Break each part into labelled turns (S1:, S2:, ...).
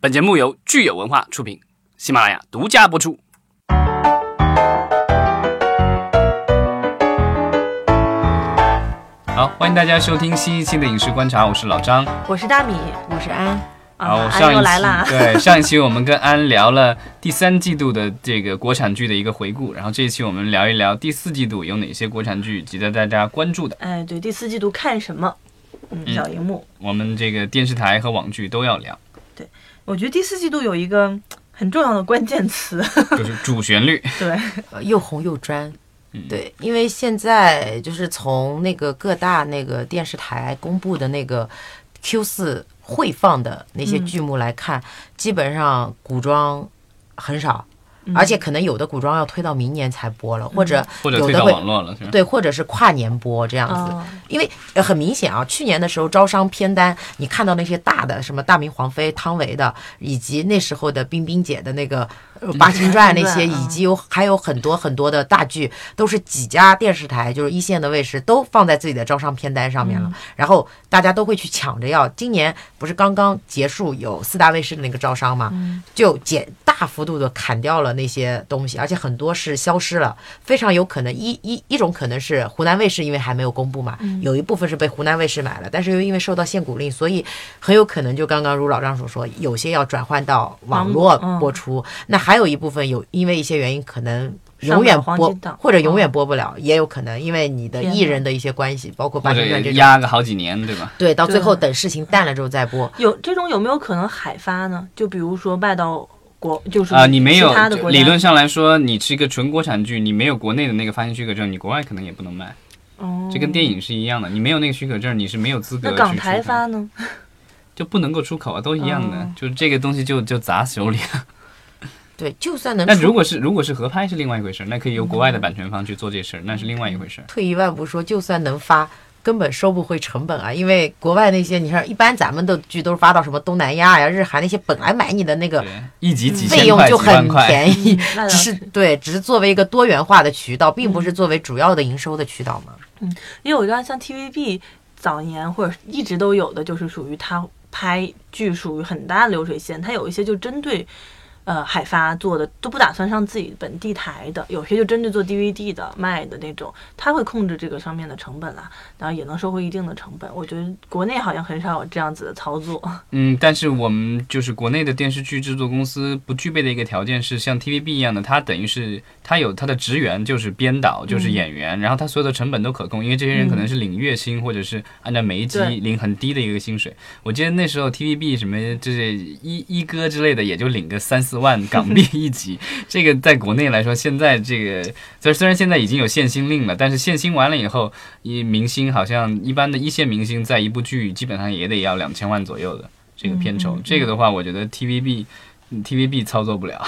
S1: 本节目由聚友文化出品，喜马拉雅独家播出。好，欢迎大家收听新一期的《影视观察》，我是老张。
S2: 我是大米，我是安。
S1: 好，
S2: 啊，
S1: 上
S2: 安
S1: 一
S2: 又
S1: 期。
S2: 来了
S1: 对上一期我们跟安聊了第三季度的这个国产剧的一个回顾，然后这一期我们聊一聊第四季度有哪些国产剧值得大家关注的。
S2: 哎，对，第四季度看什么？嗯，小荧幕。
S1: 我们这个电视台和网剧都要聊，
S2: 我觉得第四季度有一个嗯很重要的关键词，
S1: 就是主旋律。
S2: 对，
S3: 呃又红又专。对，因为现在就是从那个各大那个电视台公布的那个 Q 四会放的那些剧目来看，基本上古装很少，
S2: 嗯
S3: 而且可能有的古装要推到明年才播了，或者
S1: 或者
S3: 有
S1: 推
S3: 的
S1: 到
S3: 会
S1: 网络了， 是吧？
S3: 对，或者是跨年播这样子。
S2: 哦
S3: 因为、呃、很明显啊，去年的时候招商偏单，你看到那些大的什么大明皇妃、汤唯的，以及那时候的冰冰姐的那个呃《八星传》那些，
S2: 嗯
S3: 以及有还有很多很多的大剧，都是几家电视台就是一线的卫视都放在自己的招商偏单上面了，然后大家都会去抢着要。今年不是刚刚结束有四大卫视的那个招商嘛，就减大幅度的砍掉了那些东西，而且很多是消失了，非常有可能一一一种可能是湖南卫视因为还没有公布嘛，
S2: 嗯
S3: 有一部分是被湖南卫视买了，但是又因为受到限股令，所以很有可能就刚刚如老张所说，有些要转换到网络
S2: 网嗯
S3: 播出，那还有一部分有因为一些原因可能。
S2: 上
S3: 永远
S2: 不了黄
S3: 播
S2: 金档
S3: 或者永远播不了，也有可能，因为你的
S2: 天
S3: 艺
S2: 哪
S3: 人的一些关系，包括
S1: 或
S3: 八
S1: 者
S3: 仙传这种，
S1: 压个好几年，对吧？
S3: 对，到最
S2: 对
S3: 后等事情淡了之后再播。
S2: 有这种有没有可能海发呢？就比如说卖到国，就是
S1: 啊、你没有
S2: 其他的国家
S1: 理论上来说，你是一个纯国产剧，你没有国内的那个发行许可证，你国外可能也不能卖。
S2: 哦，
S1: 这跟电影是一样的，你没有那个许可证，你是没有资格
S2: 那
S1: 去
S2: 港
S1: 出
S2: 台
S1: 口
S2: 发呢？
S1: 就不能够出口啊，都一样的，
S2: 哦
S1: 就是这个东西就就砸手里了。
S3: 对，就算能
S1: 那
S3: 出
S1: 如果是如果是合拍是另外一回事儿，那可以由国外的版权方去做这事儿，那是另外一回事儿。
S3: 退一万步说，就算能发，根本收不回成本啊！因为国外那些，你看，一般咱们的剧都是发到什么东南亚呀、日韩那些，本来买你的那个
S1: 对，嗯一集几
S3: 费
S1: 千
S3: 用
S1: 块、几
S3: 就
S1: 万
S3: 很
S1: 块，
S3: 便宜，
S2: 那倒
S3: 只是对，只是作为一个多元化的渠道，并不是作为主要的营收的渠道嘛。
S2: 也有一段像 TVB 早年或者一直都有的，就是属于它拍剧属于很大的流水线，它有一些就针对。呃，海发做的都不打算上自己本地台的，有些就针对做 DVD 的卖的那种，它会控制这个上面的成本啦，然后也能收回一定的成本。我觉得国内好像很少有这样子的操作。
S1: 嗯，但是我们就是国内的电视剧制作公司不具备的一个条件是，像 TVB 一样的，它等于是它有它的职员，就是编导，就是演员，然后它所有的成本都可控，因为这些人可能是领月薪，或者是按照每一集
S2: 对
S1: 领很低的一个薪水。我记得那时候 TVB 什么就是一一哥之类的，也就领个三四万港币 一集，这个在国内来说，现在这个虽虽然现在已经有限薪令了，但是限薪完了以后，一明星好像一般的一线明星在一部剧基本上也得要两千万左右的。这个片
S3: 嗯
S1: 酬。这个的话，我觉得 TVB。嗯 TVB 操作不了，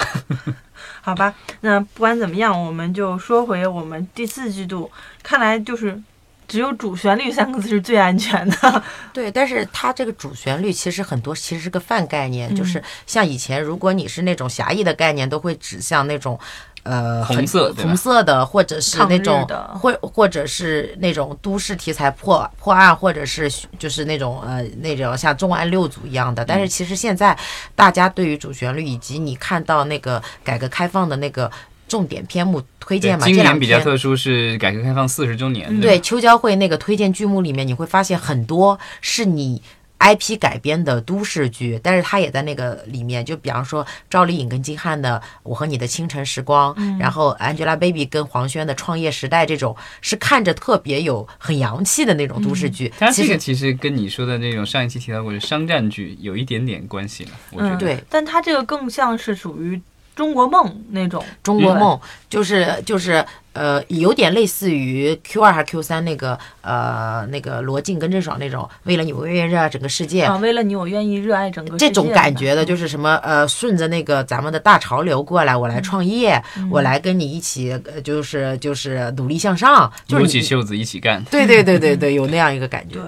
S2: 好吧，那不管怎么样，我们就说回我们第四季度，看来就是只有主旋律三个字是最安全的。
S3: 对，但是它这个主旋律其实很多其实是个泛概念，
S2: 嗯
S3: 就是像以前如果你是那种狭义的概念，都会指向那种。呃，
S1: 红
S3: 很
S1: 色对吧
S3: 红色的，或者是
S2: 抗
S3: 那
S2: 日
S3: 种
S2: 的，
S3: 或或者是那种都市题材破破案，或者是就是那种呃那种像重案六组一样的。但
S1: 嗯
S3: 是其实现在大家对于主旋律以及你看到那个改革开放的那个重点篇目推荐嘛，
S1: 今
S3: 这两嗯
S1: 年比较
S3: 篇
S1: 特殊，是改革开放四十周年。
S3: 对，秋交会那个推荐剧目里面，你会发现很多是你 IP 改编的都市剧，但是它也在那个里面。就比方说赵丽颖跟金瀚的《我和你的清晨时光》然后 Angelababy 跟黄轩的《创业时代》这种，是看着特别有很洋气的那种都市剧。
S1: 它
S3: 其
S1: 这
S3: 实
S1: 个其实跟你说的那种上一期提到过的商战剧有一点点关系了，我觉得。
S2: 嗯，
S3: 对
S2: 但它这个更像是属于中国梦那种，
S3: 中国梦就是就是呃，有点类似于 Q 二还是 Q 三那个呃那个罗晋跟郑爽那种，为了你我愿意热爱整个世界，
S2: 啊，为了你我愿意热爱整个
S3: 哎这
S2: 世
S3: 种
S2: 界
S3: 感
S2: 的嗯
S3: 觉的，就是什么呃，顺着那个咱们的大潮流过来，我来创业，
S2: 嗯
S3: 我来跟你一起，呃就是就是努力向上，就
S1: 撸
S3: 是
S1: 起
S3: 你
S1: 袖子一起干。
S3: 对对对对对，有那样一个感觉
S2: 对。，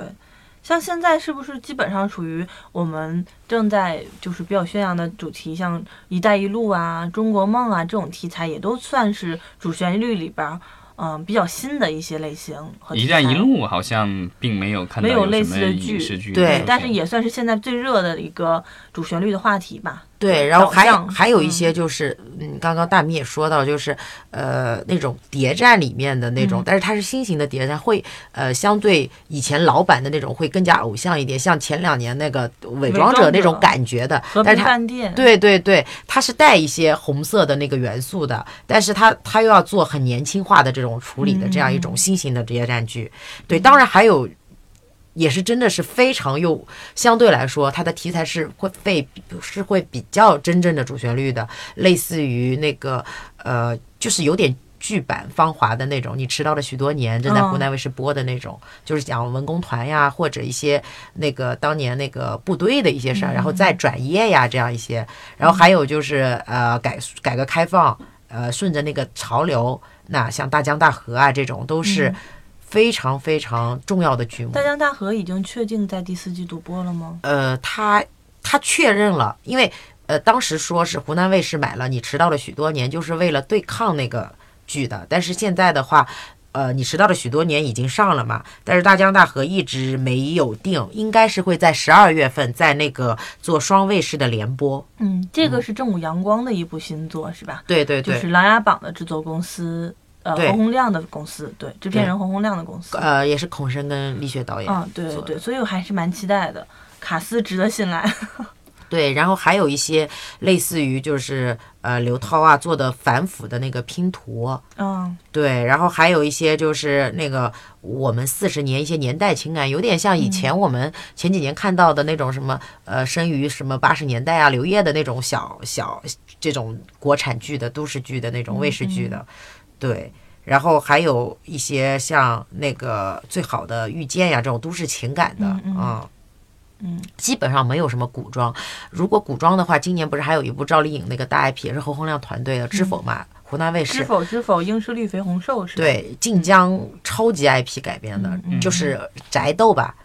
S2: 像现在是不是基本上属于我们正在就是比较宣扬的主题，像“一带一路”啊、“中国梦啊”这种题材，也都算是主旋律里边儿嗯、比较新的一些类型和
S1: 一
S2: 题
S1: 带
S2: 材。
S1: 一路好像并没有看到
S2: 没有
S1: 有
S2: 类
S1: 什
S2: 似
S1: 么
S2: 的
S1: 影
S2: 剧
S1: 视剧
S3: 对
S1: 出现，
S2: 但是也算是现在最热的一个主旋律的话题吧。
S3: 对，然后还有
S2: 导向
S3: 还有一些就是，嗯，刚刚大米也说到，就是呃那种谍战里面的那种，
S2: 嗯
S3: 但是它是新型的谍战，会呃相对以前老版的那种会更加偶像一点，像前两年那个伪装者那种感觉的
S2: 和，平
S3: 但是它。
S2: 饭店，
S3: 对对对，它是带一些红色的那个元素的，但是它它又要做很年轻化的这种处理的这样一种新型的谍战剧。对，当然还有，也是真的是非常又相对来说，它的题材是会被是会比较真正的主旋律的，类似于那个呃，就是有点。剧版《芳华》的那种，你迟到了许多年，正在湖南卫视播的那种，就是讲文工团呀，或者一些那个当年那个部队的一些事儿，然后再转业呀，这样一些。然后还有就是呃，改改革开放，呃，顺着那个潮流，那像大江大河啊这种都是非常非常重要的剧目。
S2: 大江大河已经确定在第四季度播了吗？
S3: 呃，他他确认了，因为呃，当时说是湖南卫视买了，你迟到了许多年，就是为了对抗那个剧的。但是现在的话，呃，你迟到了许多年已经上了嘛，但是大江大河一直没有定，应该是会在十二月份在那个做双卫视的联播。
S2: 嗯，这个是正午阳光的一部新作，是吧？
S3: 对对
S2: 就
S3: 对，
S2: 是《琅琊榜》的制作公司，呃，
S3: 对
S2: 侯鸿亮的公司，对，制片
S3: 对
S2: 人侯鸿亮的公司。
S3: 呃，也是孔申跟李雪导演。
S2: 嗯，对
S3: 做的
S2: 对，所以我还是蛮期待的。卡斯值得信 赖，
S3: 对，然后还有一些类似于就是呃刘涛啊做的反腐的那个拼图，啊
S2: 嗯，
S3: 对，然后还有一些就是那个我们四十年一些年代情感，有点
S2: 嗯
S3: 像以前我们前几年看到的那种什么、呃，生于什么八十年代啊，刘烨的那种小小这种国产剧的都市剧的那种卫视剧的，
S2: 嗯
S3: 对。然后还有一些像那个最好的遇见呀这种都市情感的，
S2: 嗯嗯
S3: 嗯
S2: 嗯
S3: 基本上没有什么古装。如果古装的话，今年不是还有一部赵丽颖那个大 IP，也是侯鸿亮团队的《知否》嘛，湖南卫
S2: 嗯
S3: 视。
S2: 知否知否，应是绿肥红瘦是吧？，
S3: 对，晋江超级 IP 改编的，
S2: 嗯
S3: 就是宅斗吧。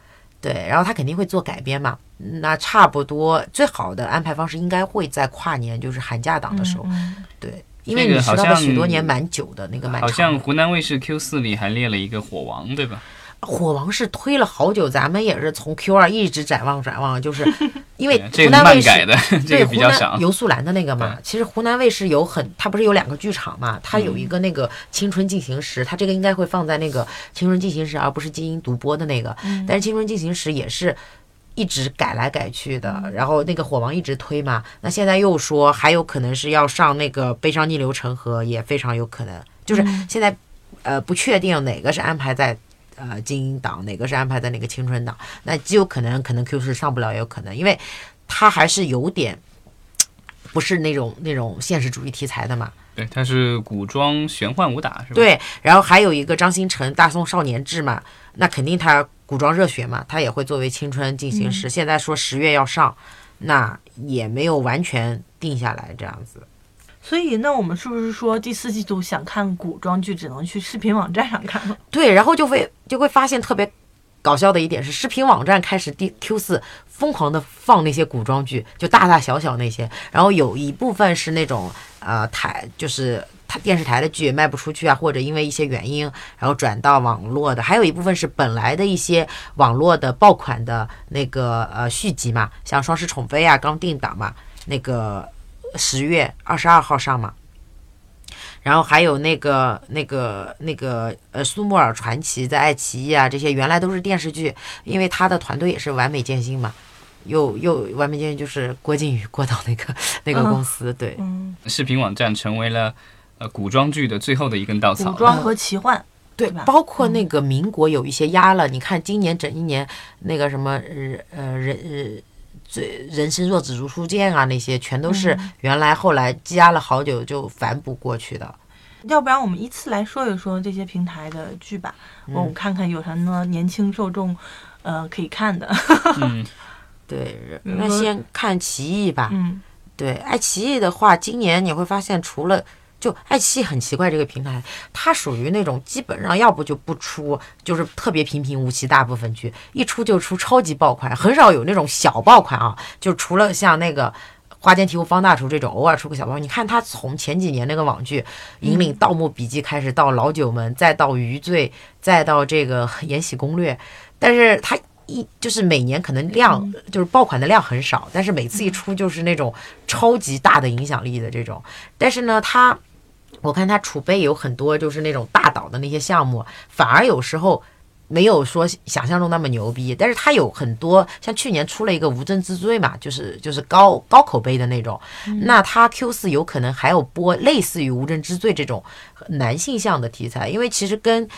S3: 对，然后他肯定会做改编嘛。那差不多最好的安排方式应该会在跨年，就是寒假档的时候。
S2: 嗯
S3: 对，因为
S1: 这个
S3: 你
S1: 好
S3: 迟到了
S1: 像
S3: 许多年，蛮久的那个蛮
S1: 好
S3: 长
S1: 像
S3: 的。
S1: 湖南卫视 Q 四里还列了一个火王，对吧？
S3: 火王是推了好久，咱们也是从 Q 二一直展望展望，就是因为
S1: 哎这
S3: 湖
S1: 个
S3: 南卫
S1: 慢
S3: 视
S1: 改的， 这
S3: 对
S1: 个
S3: 湖
S1: 比较少
S3: 南。游素兰的那个嘛，其实湖南卫视有很，它不是有两个剧场嘛，它有一
S1: 嗯
S3: 个那个《青春进行时》，它这个应该会放在那个《青春进行时》，而不是基因独播的那个。
S2: 嗯
S3: 但是《青春进行时》也是一直改来改去的，然后那个火王一直推嘛，那现在又说还有可能是要上那个《悲伤逆流成河》，也非常有可能，就是现在呃不确定哪个是安排在。呃，精英档哪个是安排在哪个青春档？那极有可能，可能 Q 是上不了，也有可能，因为它还是有点不是那种那种现实主义题材的嘛。
S1: 对，它是古装玄幻武打，是吧？，
S3: 对，然后还有一个张新成《大宋少年志》嘛，那肯定他古装热血嘛，他也会作为青春进行
S1: 嗯
S3: 时。现在说十月要上，那也没有完全定下来这样子。
S2: 所以那我们是不是说第四季度想看古装剧，只能去视频网站上看了？
S3: 对，然后就会就会发现特别搞笑的一点是，视频网站开始 D Q 四疯狂的放那些古装剧，就大大小小那些，然后有一部分是那种呃台就是。它电视台的剧也卖不出去啊，或者因为一些原因，然后转到网络的，还有一部分是本来的一些网络的爆款的那个呃续集嘛，像《双世宠妃》啊，刚定档嘛，那个十月二十二号上嘛，然后还有那个、那个、那个呃，《苏幕尔传奇》在爱奇艺啊，这些原来都是电视剧，因为他的团队也是完美建新嘛，又又完美建新就是郭靖宇郭导那个那个
S2: 嗯
S3: 公司，对
S2: 嗯，
S1: 视频网站成为了呃古装剧的最后的一根稻草
S2: 古。装和奇幻，
S3: 对
S2: 对吧嗯
S3: 包括那个民国有一些压了，你看今年整一年那个什么呃呃人呃。最人生若只如初见啊，那些全都是
S2: 嗯
S3: 原来后来积压了好久就反哺过去的。
S2: 要不然我们依次来说一说这些平台的剧吧，
S3: 嗯
S2: 我们看看有什么年轻受众，呃，可以看的。
S1: 嗯，
S3: 对，
S2: 嗯
S3: 那先看奇异吧。
S2: 嗯
S3: 对，爱奇艺的话，今年你会发现，除了就爱奇艺很奇怪这个平台，它属于那种基本上要不就不出，就是特别平平无奇，大部分剧一出就出超级爆款，很少有那种小爆款啊。就除了像那个花间题库方大厨这种，偶尔出个小包。你看他从前几年那个网剧引领《盗墓笔记》开始，到《老九门》，再到《余罪》，再到这个《延禧攻略》，但是他一就是每年可能量、就是爆款的量很少，但是每次一出就是那种超级大的影响力的这种。但是呢，他我看他储备有很多就是那种大导的那些项目，反而有时候。没有说想象中那么牛逼，但是他有很多像去年出了一个《无证之罪》嘛，就是就是高高口碑的那种。那他 Q 四有可能还有播类似于《无证之罪》这种呃男性向的题材，因为其实跟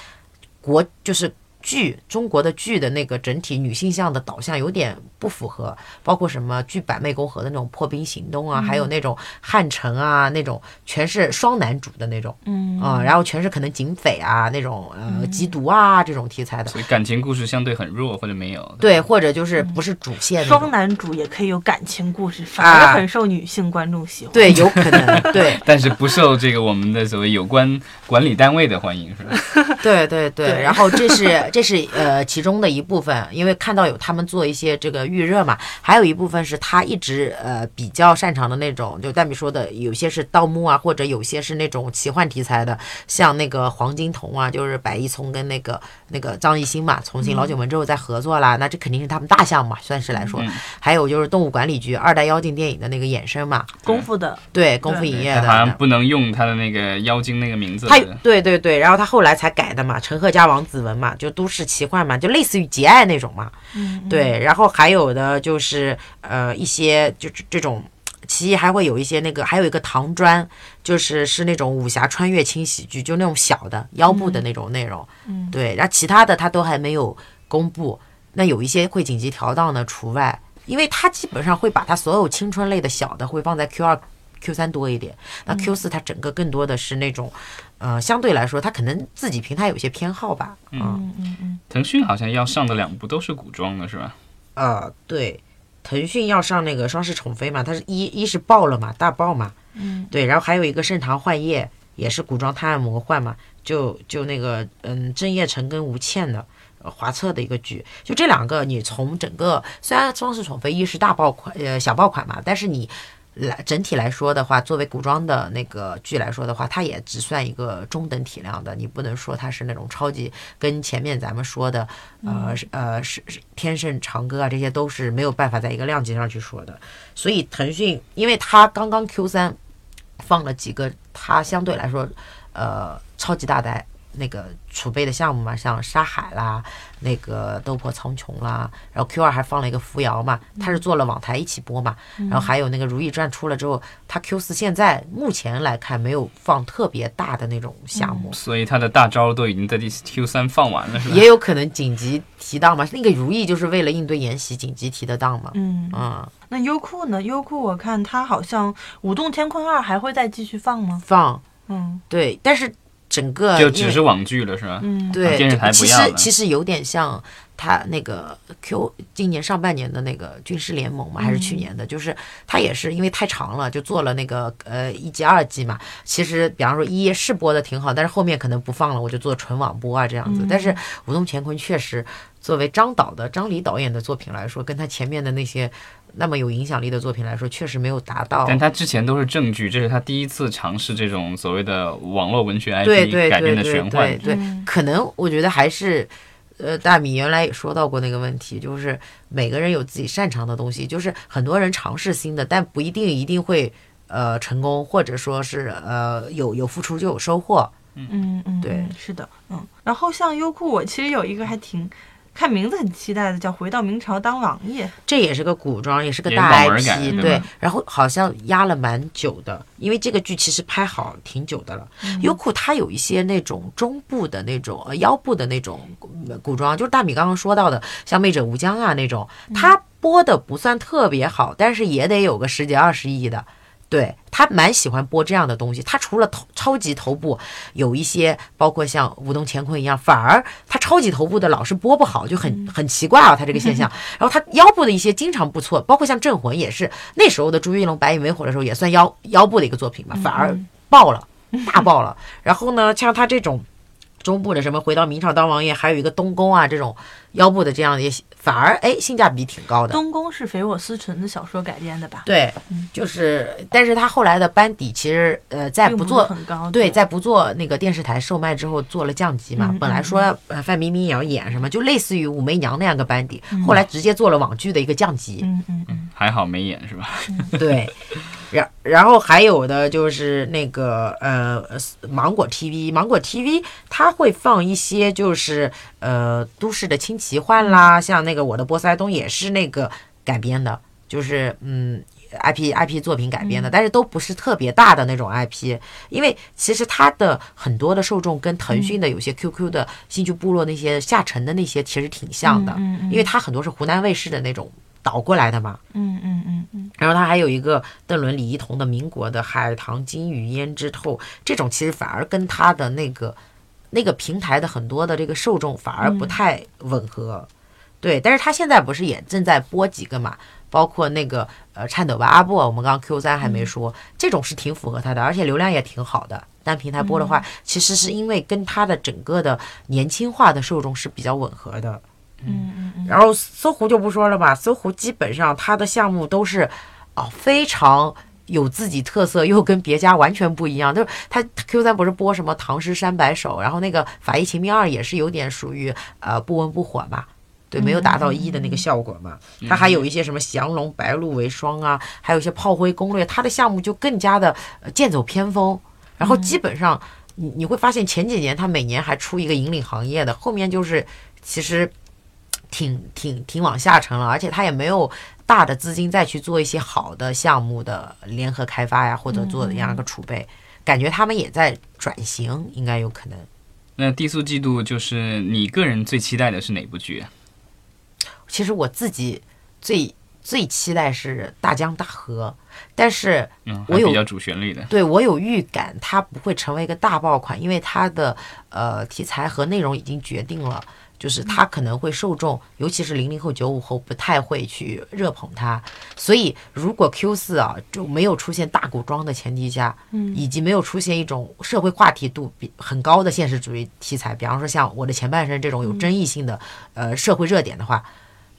S3: 国就是剧中国的剧的那个整体女性向的导向有点不符合，包括什么剧版湄公河的那种破冰行动啊，还有那种汉城啊那种全是双男主的那种，嗯啊、然后全是可能警匪啊那种呃缉毒啊这种题材的，
S1: 所以感情故事相对很弱或者没有。
S3: 对，或者就是不是主线那种啊
S2: 双男主也可以有感情故事，反而很受女性观众喜欢。
S3: 对，有可能，对
S1: 但是不受这个我们的所谓有关管理单位的欢迎，是吧？
S3: 对对对，
S2: 对
S3: 然后这是这是呃其中的一部分，因为看到有他们做一些这个预热嘛，还有一部分是他一直呃比较擅长的那种，就蛋比说的，有些是盗墓啊，或者有些是那种奇幻题材的，像那个黄金瞳啊，就是白一聪跟那个那个张艺兴嘛，从新老九门之后再合作啦，那这肯定是他们大项嘛，算是来说，还有就是动物管理局二代妖精电影的那个衍生嘛，
S2: 功夫的
S3: 对功夫影业的
S1: 好像不能用他的那个妖精那个名字。
S3: 他对对对，然后他后来才改的嘛，陈赫加王子文嘛，就都市奇幻嘛，就类似于节爱那种嘛。嗯，对，然后还有的就是呃一些就这这种。其一还会有一些那个，还有一个唐砖，就是是那种武侠穿越轻喜剧，就那种小的腰部的那种内容。嗯，对，然后其他的他都还没有公布，那有一些会紧急调档呢除外，因为他基本上会把他所有青春类的小的会放在 Q 二、Q 三多一点，那 Q 四它整个更多的是那种，呃，相对来说，它可能自己平台有些偏好吧，嗯，
S1: 腾讯好像要上的两部都是古装的，是吧？
S3: 呃，对，腾讯要上那个《双世宠妃》嘛，它是一一是爆了嘛，大爆嘛，嗯，对，然后还有一个《盛唐幻夜》，也是古装探案魔幻嘛，就就那个嗯，郑业成跟吴倩的。呃华策的一个剧，就这两个，你从整个虽然《双世宠妃》一是大爆款，呃小爆款嘛，但是你来整体来说的话，作为古装的那个剧来说的话，它也只算一个中等体量的，你不能说它是那种超级跟前面咱们说的，呃是呃是是天盛长歌啊，这些都是没有办法在一个量级上去说的。所以腾讯，因为它刚刚 Q 三放了几个它相对来说呃超级大的那个储备的项目嘛，像沙海啦，那个斗破苍穹啦，然后 Q 二还放了一个扶摇嘛，它是做了网台一起播嘛，然后还有那个《如懿传》出了之后，它 Q 四现在目前来看没有放特别大的那种项目，
S1: 所以他的大招都已经在第 Q 三放完了， 是吧？
S3: 也有可能紧急提档嘛，那个《如懿》就是为了应对延禧紧急提的档嘛，
S2: 嗯，
S3: 嗯，
S2: 那优酷呢？优酷我看它好像《舞动乾坤二》还会再继续放吗？
S3: 放
S2: 嗯
S3: 对，但是整个
S1: 就
S3: 呃因
S1: 只
S3: 为
S1: 是网剧了，是吧？
S2: 嗯，
S3: 对，
S1: 啊电视台
S3: 其
S1: 不要
S3: 实
S1: 了
S3: 其实有点像他那个 Q 今年上半年的那个军事联盟嘛，还是去年的，就是他也是因为太长了，就做了那个呃一季二季嘛。其实比方说一是播的挺好，但是后面可能不放了，我就做纯网播啊这样子。但是《舞动乾坤》确实作为张导的张黎导演的作品来说，跟他前面的那些那么有影响力的作品来说，确实没有达到。
S1: 但他之前都是正剧，这是他第一次尝试这种所谓的网络文学
S3: 对对
S1: IP 改
S3: 对
S1: 编的
S3: 对
S1: 玄幻
S3: 对。
S2: 嗯
S3: 对，可能我觉得还是，呃，大米原来也说到过那个问题，就是每个人有自己擅长的东西，就是很多人尝试新的，但不一定一定会呃成功，或者说是呃有有付出就有收获。
S2: 嗯嗯，
S3: 对
S2: 嗯，是的，嗯。然后像优酷，我其实有一个还挺看名字很期待的，叫《回到明朝当王爷》。
S3: 这也是个古装，也是个
S1: 也是
S3: 大
S1: 网文改
S3: IP，
S1: 的对
S3: 对
S1: 吧。
S3: 然后好像压了蛮久的，因为这个剧其实拍好挺久的了。优酷它有一些那种中部的那种呃腰部的那种嗯古装，就是大米刚刚说到的，像《媚者无疆》啊那种，它播的不算特别好，但是也得有个十几二十亿的。对他蛮喜欢播这样的东西，他除了头超级头部，有一些包括像《舞动乾坤》一样，反而他超级头部的老是播不好，就很很奇怪啊，他这个现象。然后他腰部的一些经常不错，包括像《镇魂》也是那时候的朱一龙、白夜梅火的时候，也算
S2: 嗯
S3: 腰腰部的一个作品吧，反而爆了，大爆了。然后呢，像他这种。中部的什么回到明朝当王爷，还有一个东宫啊这种腰部的这样的一些，反而哎性价比挺高的。
S2: 东宫是肥我思纯的小说改编的吧？
S3: 对，就是，但是他后来的班底其实呃，在
S2: 并
S3: 不
S2: 不
S3: 做
S2: 是很高，
S3: 对，在不做那个电视台售卖之后做了降级嘛。
S2: 嗯
S3: 本来说呃范冰冰也要演什么，就类似于武媚娘那样的班底，后来直接做了网剧的一个降级。
S2: 嗯嗯嗯，
S1: 还好没演是吧？
S3: 对，然然后还有的就是那个呃芒果 TV，芒果 TV 它会放一些就是呃都市的轻奇幻啦，像那个我的波塞冬也是那个改编的，就是嗯。IP IP 作品改编的，
S2: 嗯
S3: 但是都不是特别大的那种 IP，因为其实它的很多的受众跟腾讯的
S2: 嗯
S3: 有些 QQ 的兴趣部落那些下沉的那些其实挺像的，
S2: 嗯嗯
S3: 因为它很多是湖南卫视的那种倒过来的嘛，
S2: 嗯嗯嗯嗯，
S3: 然后它还有一个邓伦、李一桐的民国的《海棠金鱼胭脂透》，这种其实反而跟它的那个那个平台的很多的这个受众反而不太吻合。对，但是它现在不是也正在播几个嘛？包括那个呃颤抖吧阿布，我们刚刚 Q 三还没说，这种是挺符合它的，而且流量也挺好的。单平台播的话，其实是因为跟它的整个的年轻化的受众是比较吻合的。
S2: 嗯嗯
S3: 然后搜狐就不说了吧，搜狐基本上它的项目都是，哦，非常有自己特色，又跟别家完全不一样。就是它 Q 三不是播什么《唐诗三百首》，然后那个《法医秦明二》也是有点属于呃不温不火嘛。对，没有达到一的那个效果嘛。它还有一些什么降龙白鹿为霜啊，还有一些炮灰攻略，它的项目就更加的呃剑走偏锋。然后基本上你你会发现前几年它每年还出一个引领行业的，后面就是其实挺挺挺往下沉了，而且它也没有大的资金再去做一些好的项目的联合开发呀，或者做这样一个储备，感觉他们也在转型，应该有可能。
S1: 那低速季度就是你个人最期待的是哪部剧啊？
S3: 其实我自己最最期待是《大江大河》，但是
S1: 嗯，
S3: 我
S1: 还
S3: 有
S1: 比较主旋律的。
S3: 对我有预感它不会成为一个大爆款，因为它的呃题材和内容已经决定了。就是它可能会受众，尤其是零零后、九五后不太会去热捧它，所以如果 Q 四啊就没有出现大古装的前提下，
S2: 嗯
S3: 以及没有出现一种社会话题度比很高的现实主义题材，比方说像《我的前半生》这种有争议性的、呃社会热点的话，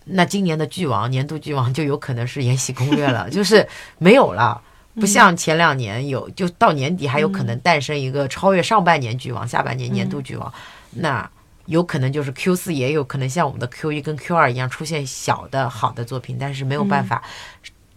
S3: 那今年的剧王年度剧王就有可能是《延禧攻略》了，就是没有了。不像前两年有，就到年底还有可能诞生一个超越上半年剧王、下半年年度剧王，那有可能就是 Q 四，也有可能像我们的 Q 一跟 Q 二一样出现小的好的作品，但是没有办法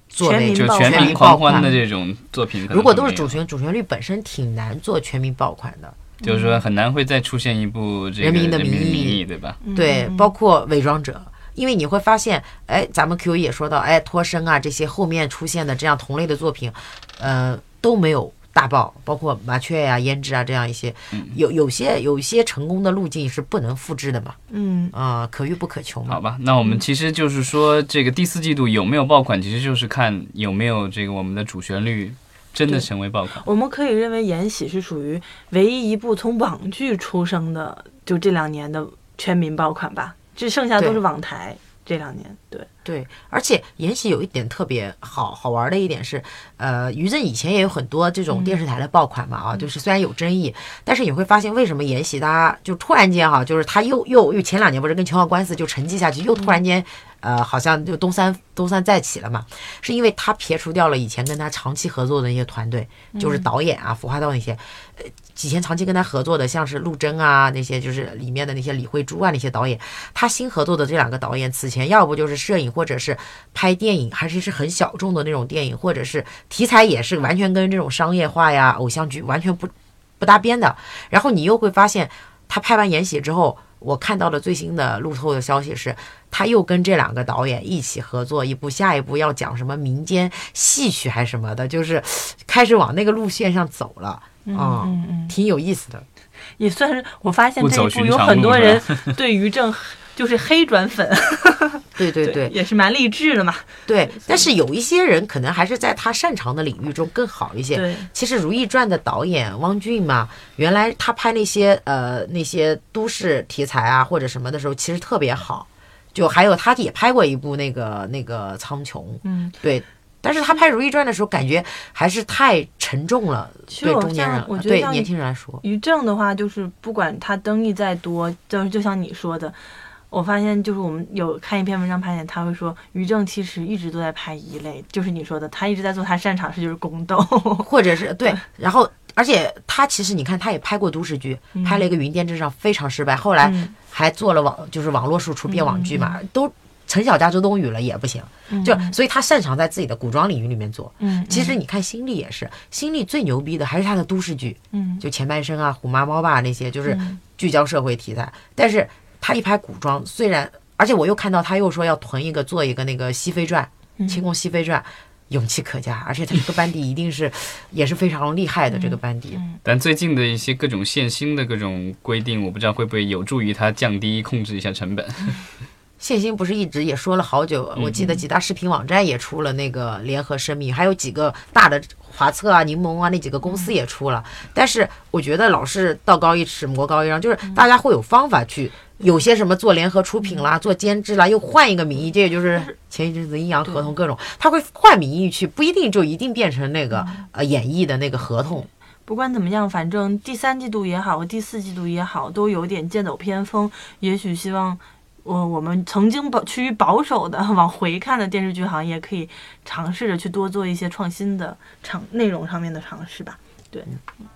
S3: 作
S2: 全
S3: 为
S2: 民
S1: 就
S2: 爆
S1: 全
S2: 款
S1: 民狂欢的这种作品可能会没有，
S3: 如果都是主旋主旋律本身挺难做全民爆款的，
S1: 就是说很难会再出现一部这个《
S3: 人民的
S1: 人民
S3: 名义
S1: 义》，对吧？
S2: 嗯，
S3: 对，
S2: 嗯
S3: 包括伪装者。因为你会发现，哎，咱们 Q 也说到，哎，脱身啊这些后面出现的这样同类的作品，呃，都没有大爆，包括麻雀呀、胭脂啊这样一些，
S1: 嗯
S3: 有有些有些成功的路径是不能复制的嘛，
S2: 嗯
S3: 啊、可遇不可求
S1: 好
S3: 嘛。
S1: 吧，那我们其实就是说，这个第四季度有没有爆款，其实就是看有没有这个我们的主旋律真的成为爆款。
S2: 我们可以认为《延禧》是属于唯一一部从网剧出生的，就这两年的全民爆款吧。这剩下都是
S3: 对
S2: 网台，这两年对，
S3: 对，而且《延禧》有一点特别好好玩的一点是，呃，于正以前也有很多这种电视台的爆款嘛，啊，就是虽然有争议，但是你会发现为什么《延禧》它就突然间哈、就是它又又又前两年不是跟秦昊官司就沉寂下去，又突然间。呃，好像就东山东山再起了嘛，是因为他撇除掉了以前跟他长期合作的那些团队，就是导演啊、服化道那些，呃，以前长期跟他合作的，像是陆贞啊那些，就是里面的那些李慧珠啊那些导演，他新合作的这两个导演，此前要不就是摄影，或者是拍电影，还是是很小众的那种电影，或者是题材也是完全跟这种商业化呀、偶像剧完全不不搭边的。然后你又会发现，他拍完《延禧》之后，我看到的最新的路透的消息是，他又跟这两个导演一起合作一部，下一部要讲什么民间戏曲还是什么的，就是开始往那个路线上走了，啊、
S2: 嗯嗯，
S3: 挺有意思的。
S2: 也算是我发现
S1: 不
S2: 这
S1: 走
S2: 一部
S1: 寻
S2: 有
S1: 常
S2: 很
S1: 路
S2: 多
S1: 是
S2: 人对于正就是黑转粉，
S3: 对对对，
S2: 也是蛮励志的嘛。
S3: 对，但是有一些人可能还是在他擅长的领域中更好一些。
S2: 对，
S3: 其实《如懿传》的导演汪俊嘛，原来他拍那些呃那些都市题材啊或者什么的时候，其实特别好。就还有他也拍过一部那个那个《苍穹》，
S2: 嗯，
S3: 对，但是他拍《如懿传》的时候，感觉还是太沉重了，
S2: 其实
S3: 对
S2: 我
S3: 中年
S2: 像
S3: 人
S2: 我
S3: 了，
S2: 觉得
S3: 对
S2: 像
S3: 年轻人来说，
S2: 于正的话，就是不管他争议再多，就是就像你说的，我发现就是我们有看一篇文章盘点，他会说于正其实一直都在拍一类，就是你说的，他一直在做他擅长的事，就是宫斗。
S3: 或者是对，然后而且他其实你看，他也拍过都市剧，拍了一个《云巅之上》，非常失败，后来
S2: 嗯
S3: 还做了网，就是网络输出变网剧嘛，都陈晓加周冬雨了也不行，就所以他擅长在自己的古装领域里面做。
S2: 嗯，
S3: 其实你看新丽也是，新丽最牛逼的还是她的都市剧，
S2: 嗯，
S3: 就前半生啊、虎妈猫爸那些，就是
S2: 嗯
S3: 聚焦社会题材。但是她一拍古装，虽然而且我又看到她又说要囤一个做一个那个《熹妃传》，
S2: 嗯
S3: 清宫《熹妃传》。勇气可嘉，而且她这个班底一定是，也是非常厉害的这个班底。
S1: 但最近的一些各种限薪的各种规定，我不知道会不会有助于它降低、控制一下成本。
S3: 谢欣不是一直也说了好久，我记得几大视频网站也出了那个联合声明，还有几个大的华策啊、柠檬啊那几个公司也出了。但是我觉得老是道高一尺，魔高一丈，就是大家会有方法去。有些什么做联合出品啦，做监制啦，又换一个名义，这也就是前一阵子阴阳合同各种，他会换名义去，不一定就一定变成那个呃演绎的那个合同。
S2: 不管怎么样，反正第三季度也好，第四季度也好，都有点剑走偏锋。也许希望呃我我们曾经保趋于保守的往回看的电视剧行业，可以尝试着去多做一些创新的尝内容上面的尝试吧。对，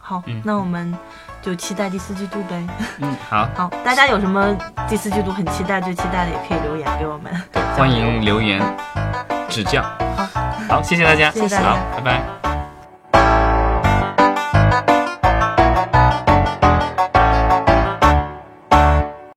S2: 好，那我们就期待第四季度呗。
S1: 嗯，好，
S2: 好，大家有什么第四季度很期待、最期待的，也可以留言给我们。
S1: 欢迎留言指教。好，谢谢大家，
S2: 谢谢大家
S1: 好，拜拜。
S3: 拜